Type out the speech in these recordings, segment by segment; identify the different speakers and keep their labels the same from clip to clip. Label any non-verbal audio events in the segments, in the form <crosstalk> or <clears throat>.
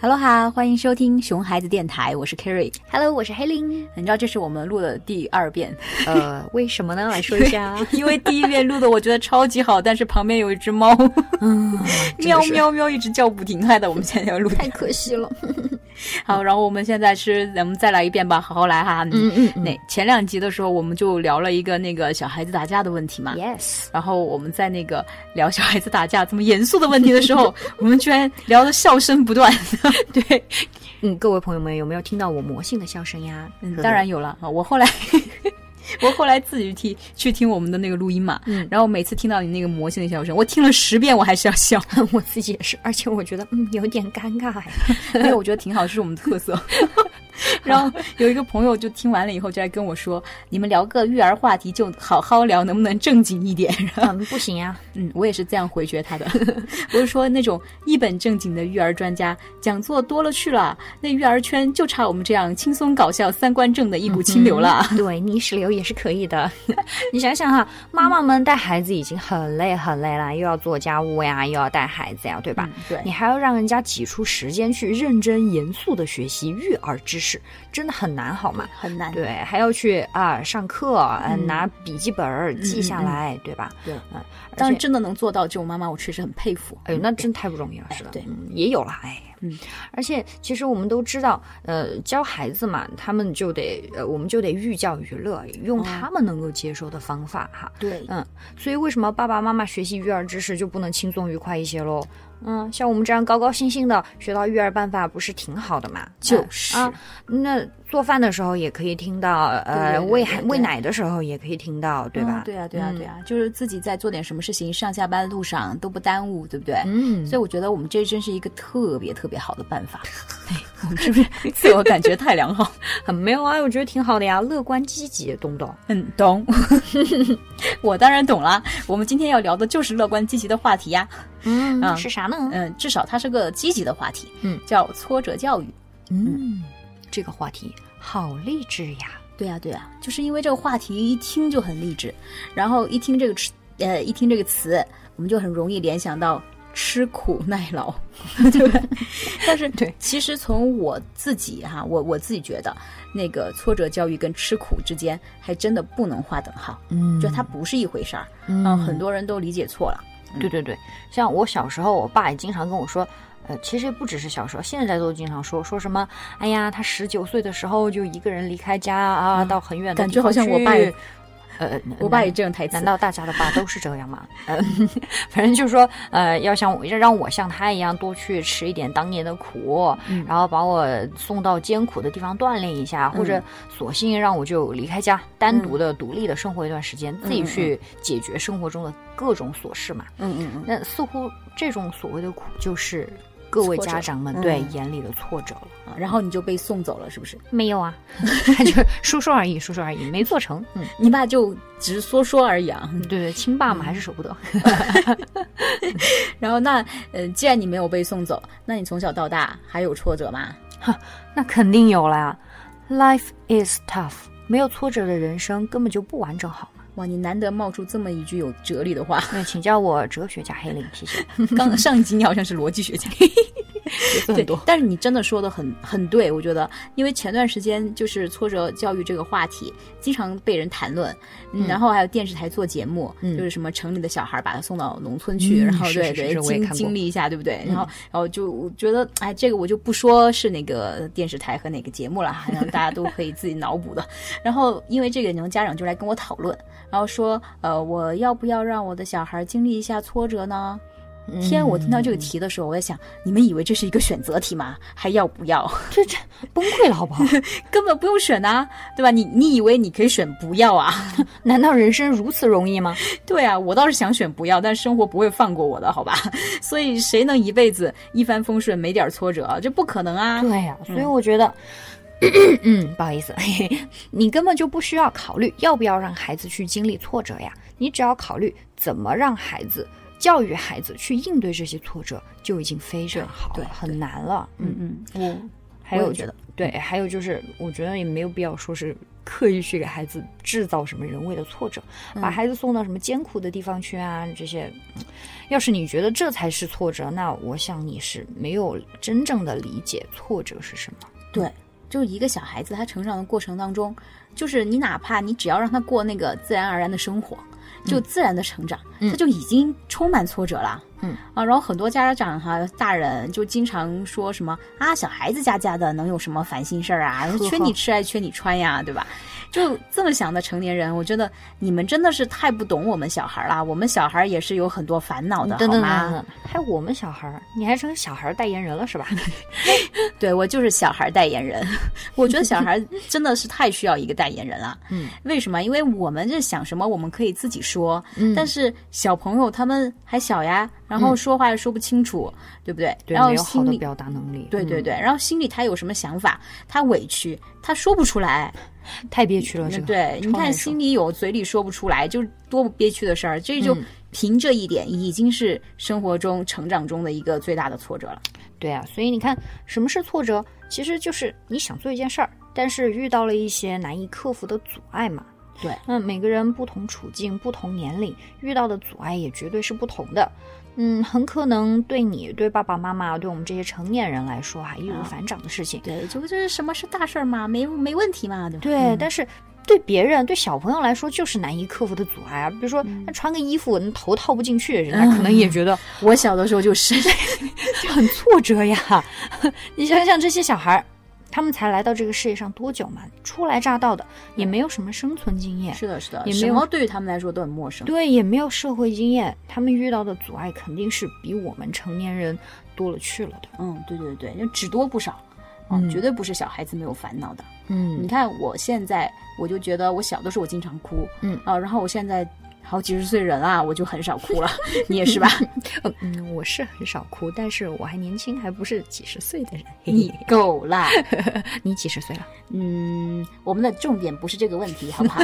Speaker 1: Hello 哈，欢迎收听熊孩子电台，我是 Carrie。
Speaker 2: Hello，我是黑林。
Speaker 1: 你知道这是我们录的第二遍，
Speaker 2: <laughs>
Speaker 1: <laughs>
Speaker 2: 呃，为什么呢？来说一下。
Speaker 1: 因为第一遍录的我觉得超级好，但是旁边有一只猫，
Speaker 2: 嗯
Speaker 1: <laughs> 喵喵喵一直叫不停，害得我们现在
Speaker 2: <laughs>
Speaker 1: 要录。
Speaker 2: <laughs> 太可惜了。
Speaker 1: 好，然后我们现在是咱们再来一遍吧，好好来哈。嗯
Speaker 2: 嗯
Speaker 1: 那前两集的时候我们就聊了一个那个小孩子打架的问题嘛。
Speaker 2: Yes，
Speaker 1: 然后我们在那个聊小孩子打架这么严肃的问题的时候， <laughs> 我们居然聊的笑声不断。对，
Speaker 2: 嗯，各位朋友们有没有听到我魔性的笑声呀？ <laughs>
Speaker 1: 嗯，当然有了 <laughs> 啊！我后来，我后来自己听去听我们的那个录音嘛，
Speaker 2: 嗯
Speaker 1: 然后每次听到你那个魔性的笑声，我听了十遍我还是要笑。 <laughs>
Speaker 2: 我自己也是，而且我觉得嗯有点尴尬呀。
Speaker 1: 没有，我觉得挺好，这是我们的特色。 <laughs> 然后有一个朋友就听完了以后就来跟我说：“你们聊个育儿话题就好好聊，能不能正经一点 <laughs>
Speaker 2: 嗯，不行 <laughs> 呀。？”
Speaker 1: 嗯，我也是这样回绝他的。 <laughs> 我是说那种一本正经的育儿专家，讲座多了去了，那育儿圈就差我们这样轻松搞笑、三观正的一股清流了。
Speaker 2: <laughs> 对，逆时流也是可以的。 <laughs> 你想想哈，妈妈们带孩子已经很累很累了，又要做家务呀，又要带孩子呀，对吧？
Speaker 1: 嗯对 <laughs>
Speaker 2: 你还要让人家挤出时间去认真严肃的学习育儿知识，真的很难，好吗？
Speaker 1: 很难。
Speaker 2: 对，还要去啊上课，嗯、
Speaker 1: 嗯
Speaker 2: 拿笔记本儿记下
Speaker 1: 嗯嗯
Speaker 2: 来，对吧？
Speaker 1: 对
Speaker 2: 嗯，
Speaker 1: 但
Speaker 2: 但
Speaker 1: 是
Speaker 2: 这，
Speaker 1: 真的能做到这种妈妈，我确实很佩服。
Speaker 2: 哎呦，那真太不容易了，是的，
Speaker 1: 嗯对
Speaker 2: 嗯，也有了，哎，
Speaker 1: 嗯，
Speaker 2: 而且其实我们都知道，呃，教孩子嘛，他们就得，呃，我们就得寓教于乐，用
Speaker 1: 哦
Speaker 2: 他们能够接受的方法哈。
Speaker 1: 对
Speaker 2: 嗯所以为什么爸爸妈妈学习育儿知识就不能轻松愉快一些喽？嗯，像我们这样高高兴兴的学到育儿办法，不是挺好的嘛？
Speaker 1: 就是
Speaker 2: 啊，那做饭的时候也可以听到，
Speaker 1: 对
Speaker 2: 呃，
Speaker 1: 对对
Speaker 2: 喂
Speaker 1: 对
Speaker 2: 孩
Speaker 1: 对
Speaker 2: 喂奶的时候也可以听到，对吧？
Speaker 1: 对啊，对啊，
Speaker 2: 嗯
Speaker 1: 对啊，就是自己在做点什么事情，上下班路上都不耽误，对不对？
Speaker 2: 嗯，
Speaker 1: 所以我觉得我们这真是一个特别特别好的办
Speaker 2: <laughs>
Speaker 1: 法。哎我们是不是自我感觉太良好？ <laughs>
Speaker 2: 很没有啊，我觉得挺好的呀，乐观积极，懂不懂？
Speaker 1: 嗯，懂。 <laughs> 我当然懂啦。我们今天要聊的就是乐观积极的话题呀。
Speaker 2: 嗯
Speaker 1: 啊
Speaker 2: 是啥呢？
Speaker 1: 嗯，至少它是个积极的话题。
Speaker 2: 嗯，
Speaker 1: 叫挫折教育。
Speaker 2: 嗯，这个话题好励志呀。
Speaker 1: 对呀、对呀、就是因为这个话题一听就很励志，然后一听这个吃呃一听这个词，我们就很容易联想到吃苦耐劳， <laughs> 对吧？但是
Speaker 2: 对，
Speaker 1: 其实从我自己哈、我我自己觉得，那个挫折教育跟吃苦之间还真的不能划等号，
Speaker 2: 嗯
Speaker 1: 就它不是一回事儿。
Speaker 2: 嗯
Speaker 1: 嗯，很多人都理解错了。
Speaker 2: 对对对，像我小时候，我爸也经常跟我说，呃，其实不只是小时候，现在都经常说说什么，哎呀，他十九岁的时候就一个人离开家啊，到很远的
Speaker 1: 感
Speaker 2: 地
Speaker 1: 觉好
Speaker 2: 方
Speaker 1: 像我爸
Speaker 2: 去
Speaker 1: 也，
Speaker 2: 呃，
Speaker 1: 我爸
Speaker 2: 难
Speaker 1: 也这样台词，
Speaker 2: 难道大家的爸都是这样吗？ <laughs> 呃，反正就是说，呃，要像我要让我像他一样多去吃一点当年的苦，
Speaker 1: 嗯
Speaker 2: 然后把我送到艰苦的地方锻炼一下，或者索性让我就离开家，单独的、独立的生活一段时间，自己去解决生活中的各种琐事嘛。
Speaker 1: 嗯嗯嗯，
Speaker 2: 那似乎这种所谓的苦，就是各位
Speaker 1: 挫折
Speaker 2: 家长们
Speaker 1: 嗯
Speaker 2: 对眼里的挫折了。
Speaker 1: 啊然后你就被送走了，是不是？
Speaker 2: 没有 <laughs> 啊，他就说说而已，说说而已，没做成。嗯，
Speaker 1: 你爸就只是说说而已啊。
Speaker 2: 对对，亲爸嘛，还是舍不得。
Speaker 1: 然后那呃，既然你没有被送走，那你从小到大还有挫折吗？
Speaker 2: 那肯定有啦。Life is tough，没有挫折的人生根本就不完整，好吗？
Speaker 1: 哇，你难得冒出这么一句有哲理的话。
Speaker 2: 那请叫我哲学家黑林，谢谢。
Speaker 1: 刚上一集你好像是逻辑学 <laughs> 家， <laughs> 对，但是你真的说的很很对，我觉得，因为前段时间就是挫折教育这个话题经常被人谈论，嗯然后还有电视台做节目，
Speaker 2: 嗯
Speaker 1: 就是什么城里的小孩把他送到农村去，
Speaker 2: 嗯
Speaker 1: 然后对
Speaker 2: 是是是
Speaker 1: 对
Speaker 2: 是我也
Speaker 1: 经
Speaker 2: 看过
Speaker 1: 经历一下，对不对？然后然后就我觉得，哎，这个我就不说是哪个电视台和哪个节目了，然后大家都可以自己脑补的。然后因为这个，然后家长就来跟我讨论，然后说，呃，我要不要让我的小孩经历一下挫折呢？天！我听到这个题的时候，我在想，你们以为这是一个选择题吗？还要不要？ <laughs>
Speaker 2: 这这崩溃了好不好？
Speaker 1: 根本不用选呐、对吧？你你以为你可以选不要啊？ <laughs>
Speaker 2: 难道人生如此容易吗？
Speaker 1: 对啊，我倒是想选不要，但生活不会放过我的，好吧？ <laughs> 所以谁能一辈子一帆风顺没点儿挫折啊？这不可能啊！
Speaker 2: 对呀、所以我觉得。 <clears throat> 嗯，不好意思， <laughs> 嘿嘿，你根本就不需要考虑要不要让孩子去经历挫折呀，你只要考虑怎么让孩子教育孩子去应对这些挫折，就已经非常好
Speaker 1: 对
Speaker 2: 了，
Speaker 1: 对
Speaker 2: 很难了。嗯
Speaker 1: 嗯嗯，我
Speaker 2: 还
Speaker 1: 我
Speaker 2: 有
Speaker 1: 也觉
Speaker 2: 就
Speaker 1: 得
Speaker 2: 对，还有就是，我觉得也没有必要说是刻意去给孩子制造什么人为的挫折，把孩子送到什么艰苦的地方去啊，这些。要是你觉得这才是挫折，那我想你是没有真正的理解挫折是什么。
Speaker 1: 对，就是一个小孩子他成长的过程当中，就是你哪怕你只要让他过那个自然而然的生活，就自然的成长，他就已经充满挫折了。
Speaker 2: 嗯
Speaker 1: 啊，然后很多家长哈、大人就经常说什么啊，小孩子家家的能有什么烦心事儿啊？缺你吃还缺你穿呀，对吧？就这么想的成年人，我觉得你们真的是太不懂我们小孩儿啦。我们小孩儿也是有很多烦嗯恼的，
Speaker 2: 等等
Speaker 1: 好吗？
Speaker 2: 等等，还有我们小孩儿，你还成小孩儿代言人了是吧？
Speaker 1: 对我就是小孩代言人， <laughs> 我觉得小孩 <laughs> 真的是太需要一个代言人了。
Speaker 2: 嗯，
Speaker 1: 为什么？因为我们这想什么，我们可以自己说，
Speaker 2: 嗯
Speaker 1: 但是小朋友他们还小呀，然后说话也说不清楚，对嗯不对？
Speaker 2: <laughs> 对，
Speaker 1: 然后
Speaker 2: 没有好
Speaker 1: 心
Speaker 2: 的
Speaker 1: 里，
Speaker 2: 表达能力，
Speaker 1: 对对
Speaker 2: 嗯
Speaker 1: 对，然后心里他有什么想法，他委屈，他说不出 <laughs> 来。
Speaker 2: 太憋屈了，这个
Speaker 1: 对，你
Speaker 2: 超难
Speaker 1: 看
Speaker 2: 受
Speaker 1: 心里有，嘴里说不出来，就是多么憋屈的事儿。这就凭这一点，已经是生活中成长中的一个最大的挫折了。
Speaker 2: 对啊，所以你看，什么是挫折？其实就是你想做一件事儿，但是遇到了一些难以克服的阻碍嘛。
Speaker 1: 对，
Speaker 2: 嗯，每个人不同处境、不同年龄遇到的阻碍也绝对是不同的。嗯，很可能对你、对爸爸妈妈、对我们这些成年人来说，还易如反掌的事情。
Speaker 1: 对，就这是什么是大事儿嘛，没没问题嘛，对吧？
Speaker 2: 对，但是对别人、对小朋友来说，就是难以克服的阻碍啊。比如说，他穿个衣服，那头套不进去，人家可能也觉得
Speaker 1: 我小的时 <laughs> 候就是，
Speaker 2: 就很挫折呀。 <laughs> 你想想这些小孩儿，他们才来到这个世界上多久嘛？初来乍到的，也没有什么生存经验，
Speaker 1: 是的，是的，
Speaker 2: 也没有
Speaker 1: 什么对于他们来说都很陌生。
Speaker 2: 对，也没有社会经验，他们遇到的阻碍肯定是比我们成年人多了去了的。
Speaker 1: 嗯，对对对，就只多不少。啊
Speaker 2: 嗯
Speaker 1: 绝对不是小孩子没有烦恼的。你
Speaker 2: 嗯，
Speaker 1: 看我现在，我就觉得我小的时候我经常哭，
Speaker 2: 嗯
Speaker 1: 啊，然后我现在好几十岁人啊，我就很少哭
Speaker 2: <laughs>
Speaker 1: 了。你也是吧？
Speaker 2: 嗯，我是很少哭，但是我还年轻，还不是几十岁的人。
Speaker 1: 你够啦。
Speaker 2: <laughs> 你几十岁了？
Speaker 1: 嗯，我们的重点不是这个问题，好
Speaker 2: <laughs>
Speaker 1: 不好？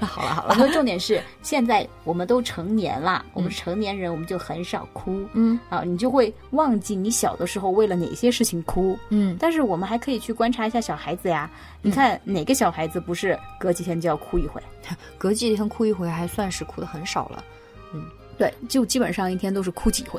Speaker 2: 好了好
Speaker 1: 我
Speaker 2: 了，
Speaker 1: 们的重点是，现在我们都成年了，我们是成年人，我们就很少哭。
Speaker 2: 嗯
Speaker 1: 啊，你就会忘记你小的时候为了哪些事情哭。
Speaker 2: 嗯，
Speaker 1: 但是我们还可以去观察一下小孩子呀，你看哪个小孩子不是隔几天就要哭一回？
Speaker 2: 隔几天哭一回，还算是哭的很少了，
Speaker 1: 对，就基本上一天都是哭几回。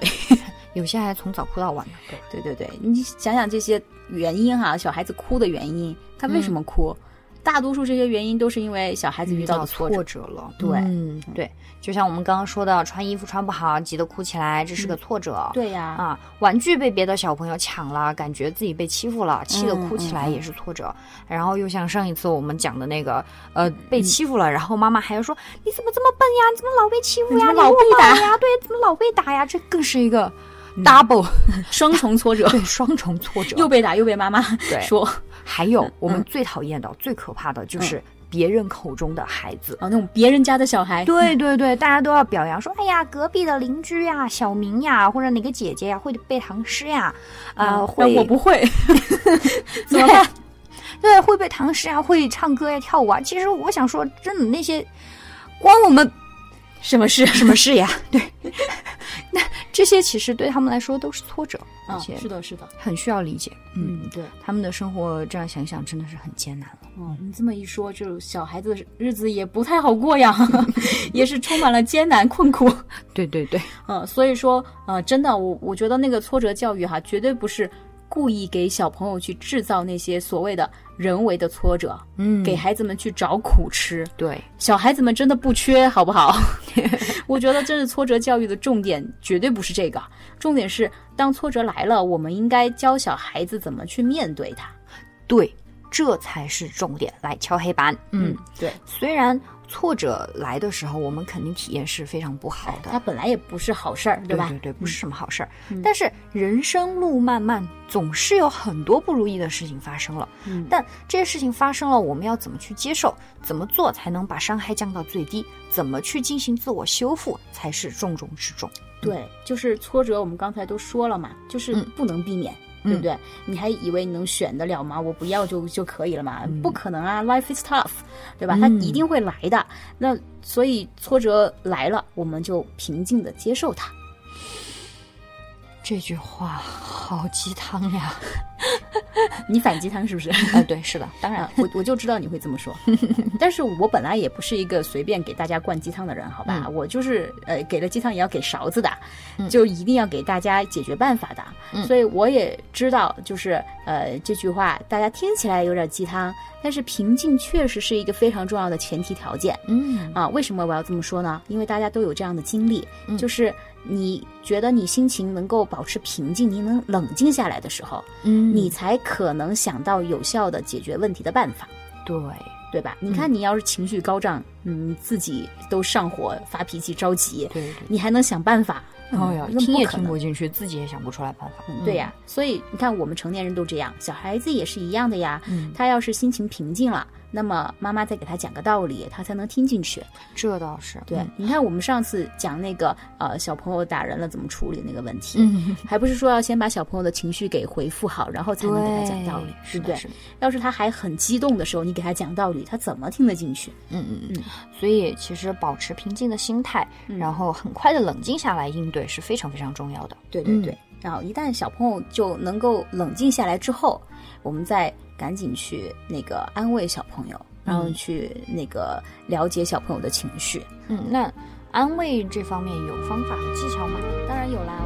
Speaker 2: 有些还从早哭到晚呢。对
Speaker 1: <laughs> 对对对，你想想这些原因哈、小孩子哭的原因，他为什么哭？大多数这些原因都是因为小孩子嗯遇
Speaker 2: 遇
Speaker 1: 到
Speaker 2: 到
Speaker 1: 的挫
Speaker 2: 嗯挫
Speaker 1: 折。
Speaker 2: 折了。
Speaker 1: 对
Speaker 2: 嗯，对，就像我们刚刚说的，穿衣服穿不好，急得哭起来，这是个挫折。
Speaker 1: 对呀、
Speaker 2: 啊，玩具被别的小朋友抢了，感觉自己被欺负了，气得哭起来也是
Speaker 1: 嗯
Speaker 2: 挫折。然后又像上一次我们讲的那个，呃，被欺负了，然后妈妈还要说你怎么这么笨呀，你怎么老被欺负呀，
Speaker 1: 你怎么老
Speaker 2: 你
Speaker 1: 被
Speaker 2: 被
Speaker 1: 打
Speaker 2: 呀，对，怎么老被打呀？这更是一个 double、
Speaker 1: 双重挫 <laughs> 折，
Speaker 2: 对双重挫折。
Speaker 1: 又嗯被打又被妈妈
Speaker 2: 对
Speaker 1: 说，啊
Speaker 2: 还有我们最讨厌的、最可怕的就是
Speaker 1: 嗯
Speaker 2: 别人口中的孩子。
Speaker 1: 啊，那种别人家的小孩，
Speaker 2: 对对对，大家都要表扬说，哎呀，隔壁的邻居呀、小明呀，或者哪个姐姐呀，会背唐诗呀，啊、
Speaker 1: 啊，
Speaker 2: 会
Speaker 1: 我不会， <laughs> 怎
Speaker 2: 对
Speaker 1: 么办？
Speaker 2: <laughs> 对，会背唐诗呀，啊会唱歌呀，跳舞啊。其实我想说，真的那些关我们
Speaker 1: <laughs> 什么事？
Speaker 2: <laughs> 什么事呀？ <laughs> 对，那这些其实对他们来说都嗯是挫折，而
Speaker 1: 啊，
Speaker 2: 且
Speaker 1: 是的，是的，
Speaker 2: 很需要理解。嗯，
Speaker 1: 嗯，对，
Speaker 2: 他们的生活这样想想真的是很艰难了。
Speaker 1: 哦，你这么一说，就小孩子日子也不太好过呀， <laughs> 也是充满了艰难困苦。
Speaker 2: 对对对，
Speaker 1: 嗯，所以说，呃，真的，我我觉得那个挫折教育哈，绝对不是故意给小朋友去制造那些所谓的人为的挫折，
Speaker 2: 嗯，
Speaker 1: 给孩子们去找苦吃。
Speaker 2: 对。
Speaker 1: 小孩子们真的不缺，好不好？ <laughs> 我觉得真是挫折教育的重点，绝对不是这个，重点是当挫折来了，我们应该教小孩子怎么去面对它。
Speaker 2: 对，这才是重点。来敲黑板，嗯，，
Speaker 1: 对，
Speaker 2: 虽然挫折来的时候，我们肯定体验是非常不好的，
Speaker 1: 它本来也不是好事儿，
Speaker 2: 对
Speaker 1: 吧？嗯
Speaker 2: 对对，不是什么好事儿。但是人生路漫漫，总是有很多不如意的事情发生了。
Speaker 1: 嗯
Speaker 2: 但这些事情发生了，我们要怎么去接受？怎么做才能把伤害降到最低？怎么去进行自我修复，才是重中之重。
Speaker 1: 对，就是挫折，我们刚才都说了嘛，就是
Speaker 2: 嗯
Speaker 1: 不能避免，
Speaker 2: 嗯
Speaker 1: 对不对？你还以为你能选得了吗？我不要就就可以了嘛？不可能啊，life is tough，对吧？它
Speaker 2: 嗯
Speaker 1: 一定会来的。那所以挫折来了，我们就平静的接受它。 <laughs>
Speaker 2: 这句话好鸡汤呀！
Speaker 1: 你反击他们是不是？
Speaker 2: 啊，对，是的，当然
Speaker 1: 啊，我我就知道你会这么
Speaker 2: <laughs>
Speaker 1: 说，但是我本来也不是一个随便给大家灌鸡汤的人，好吧？
Speaker 2: 嗯
Speaker 1: 我就是呃，给了鸡汤也要给勺子的，就一定要给大家解决办法的。
Speaker 2: 嗯
Speaker 1: 所以我也知道，就是呃，这句话大家听起来有点鸡汤，但是平静确实是一个非常重要的前提条件。
Speaker 2: 嗯
Speaker 1: 啊，为什么我要这么说呢？因为大家都有这样的经历，就是你觉得你心情能够保持平静，你能冷静下来的时候，
Speaker 2: 嗯
Speaker 1: 你才可能想到有效的解决问题的办法，
Speaker 2: 对，
Speaker 1: 对吧？
Speaker 2: 嗯
Speaker 1: 你看，你要是情绪高涨，嗯，自己都上火、发脾气、着急，
Speaker 2: 对对
Speaker 1: 你还能想办法？
Speaker 2: 哎
Speaker 1: 嗯
Speaker 2: 呀，
Speaker 1: 那
Speaker 2: 听
Speaker 1: 不
Speaker 2: 也
Speaker 1: 可
Speaker 2: 听
Speaker 1: 能。
Speaker 2: 不嗯进去，自己也想不出来办法。
Speaker 1: 对呀、所以你看，我们成年人都这样，小孩子也是一样的呀。
Speaker 2: 嗯
Speaker 1: 他要是心情平静了，那么妈妈再给他讲个道理，他才能听进去。
Speaker 2: 嗯，这倒是
Speaker 1: 对，
Speaker 2: 嗯
Speaker 1: 你看我们上次讲那个呃小朋友打人了怎么处理那个问题，
Speaker 2: 嗯，
Speaker 1: 还不是说要先把小朋友的情绪给回复好，然后才能给他讲道理，
Speaker 2: 对
Speaker 1: 对
Speaker 2: 是
Speaker 1: 不
Speaker 2: 的，
Speaker 1: 对？
Speaker 2: 是的，
Speaker 1: 要是他还很激动的时候，你给他讲道理，他怎么听得进去？
Speaker 2: 嗯嗯
Speaker 1: 嗯
Speaker 2: 嗯。所以其实保持平静的心态，然后很快的冷静下来应对是非常非常重要的。
Speaker 1: 对对对。然后一旦小朋友就能够冷静下来之后，我们再赶紧去那个安慰小朋友，然后去那个了解小朋友的情绪。
Speaker 2: 嗯，那安慰这方面有方法和技巧吗？
Speaker 1: 当然有啦，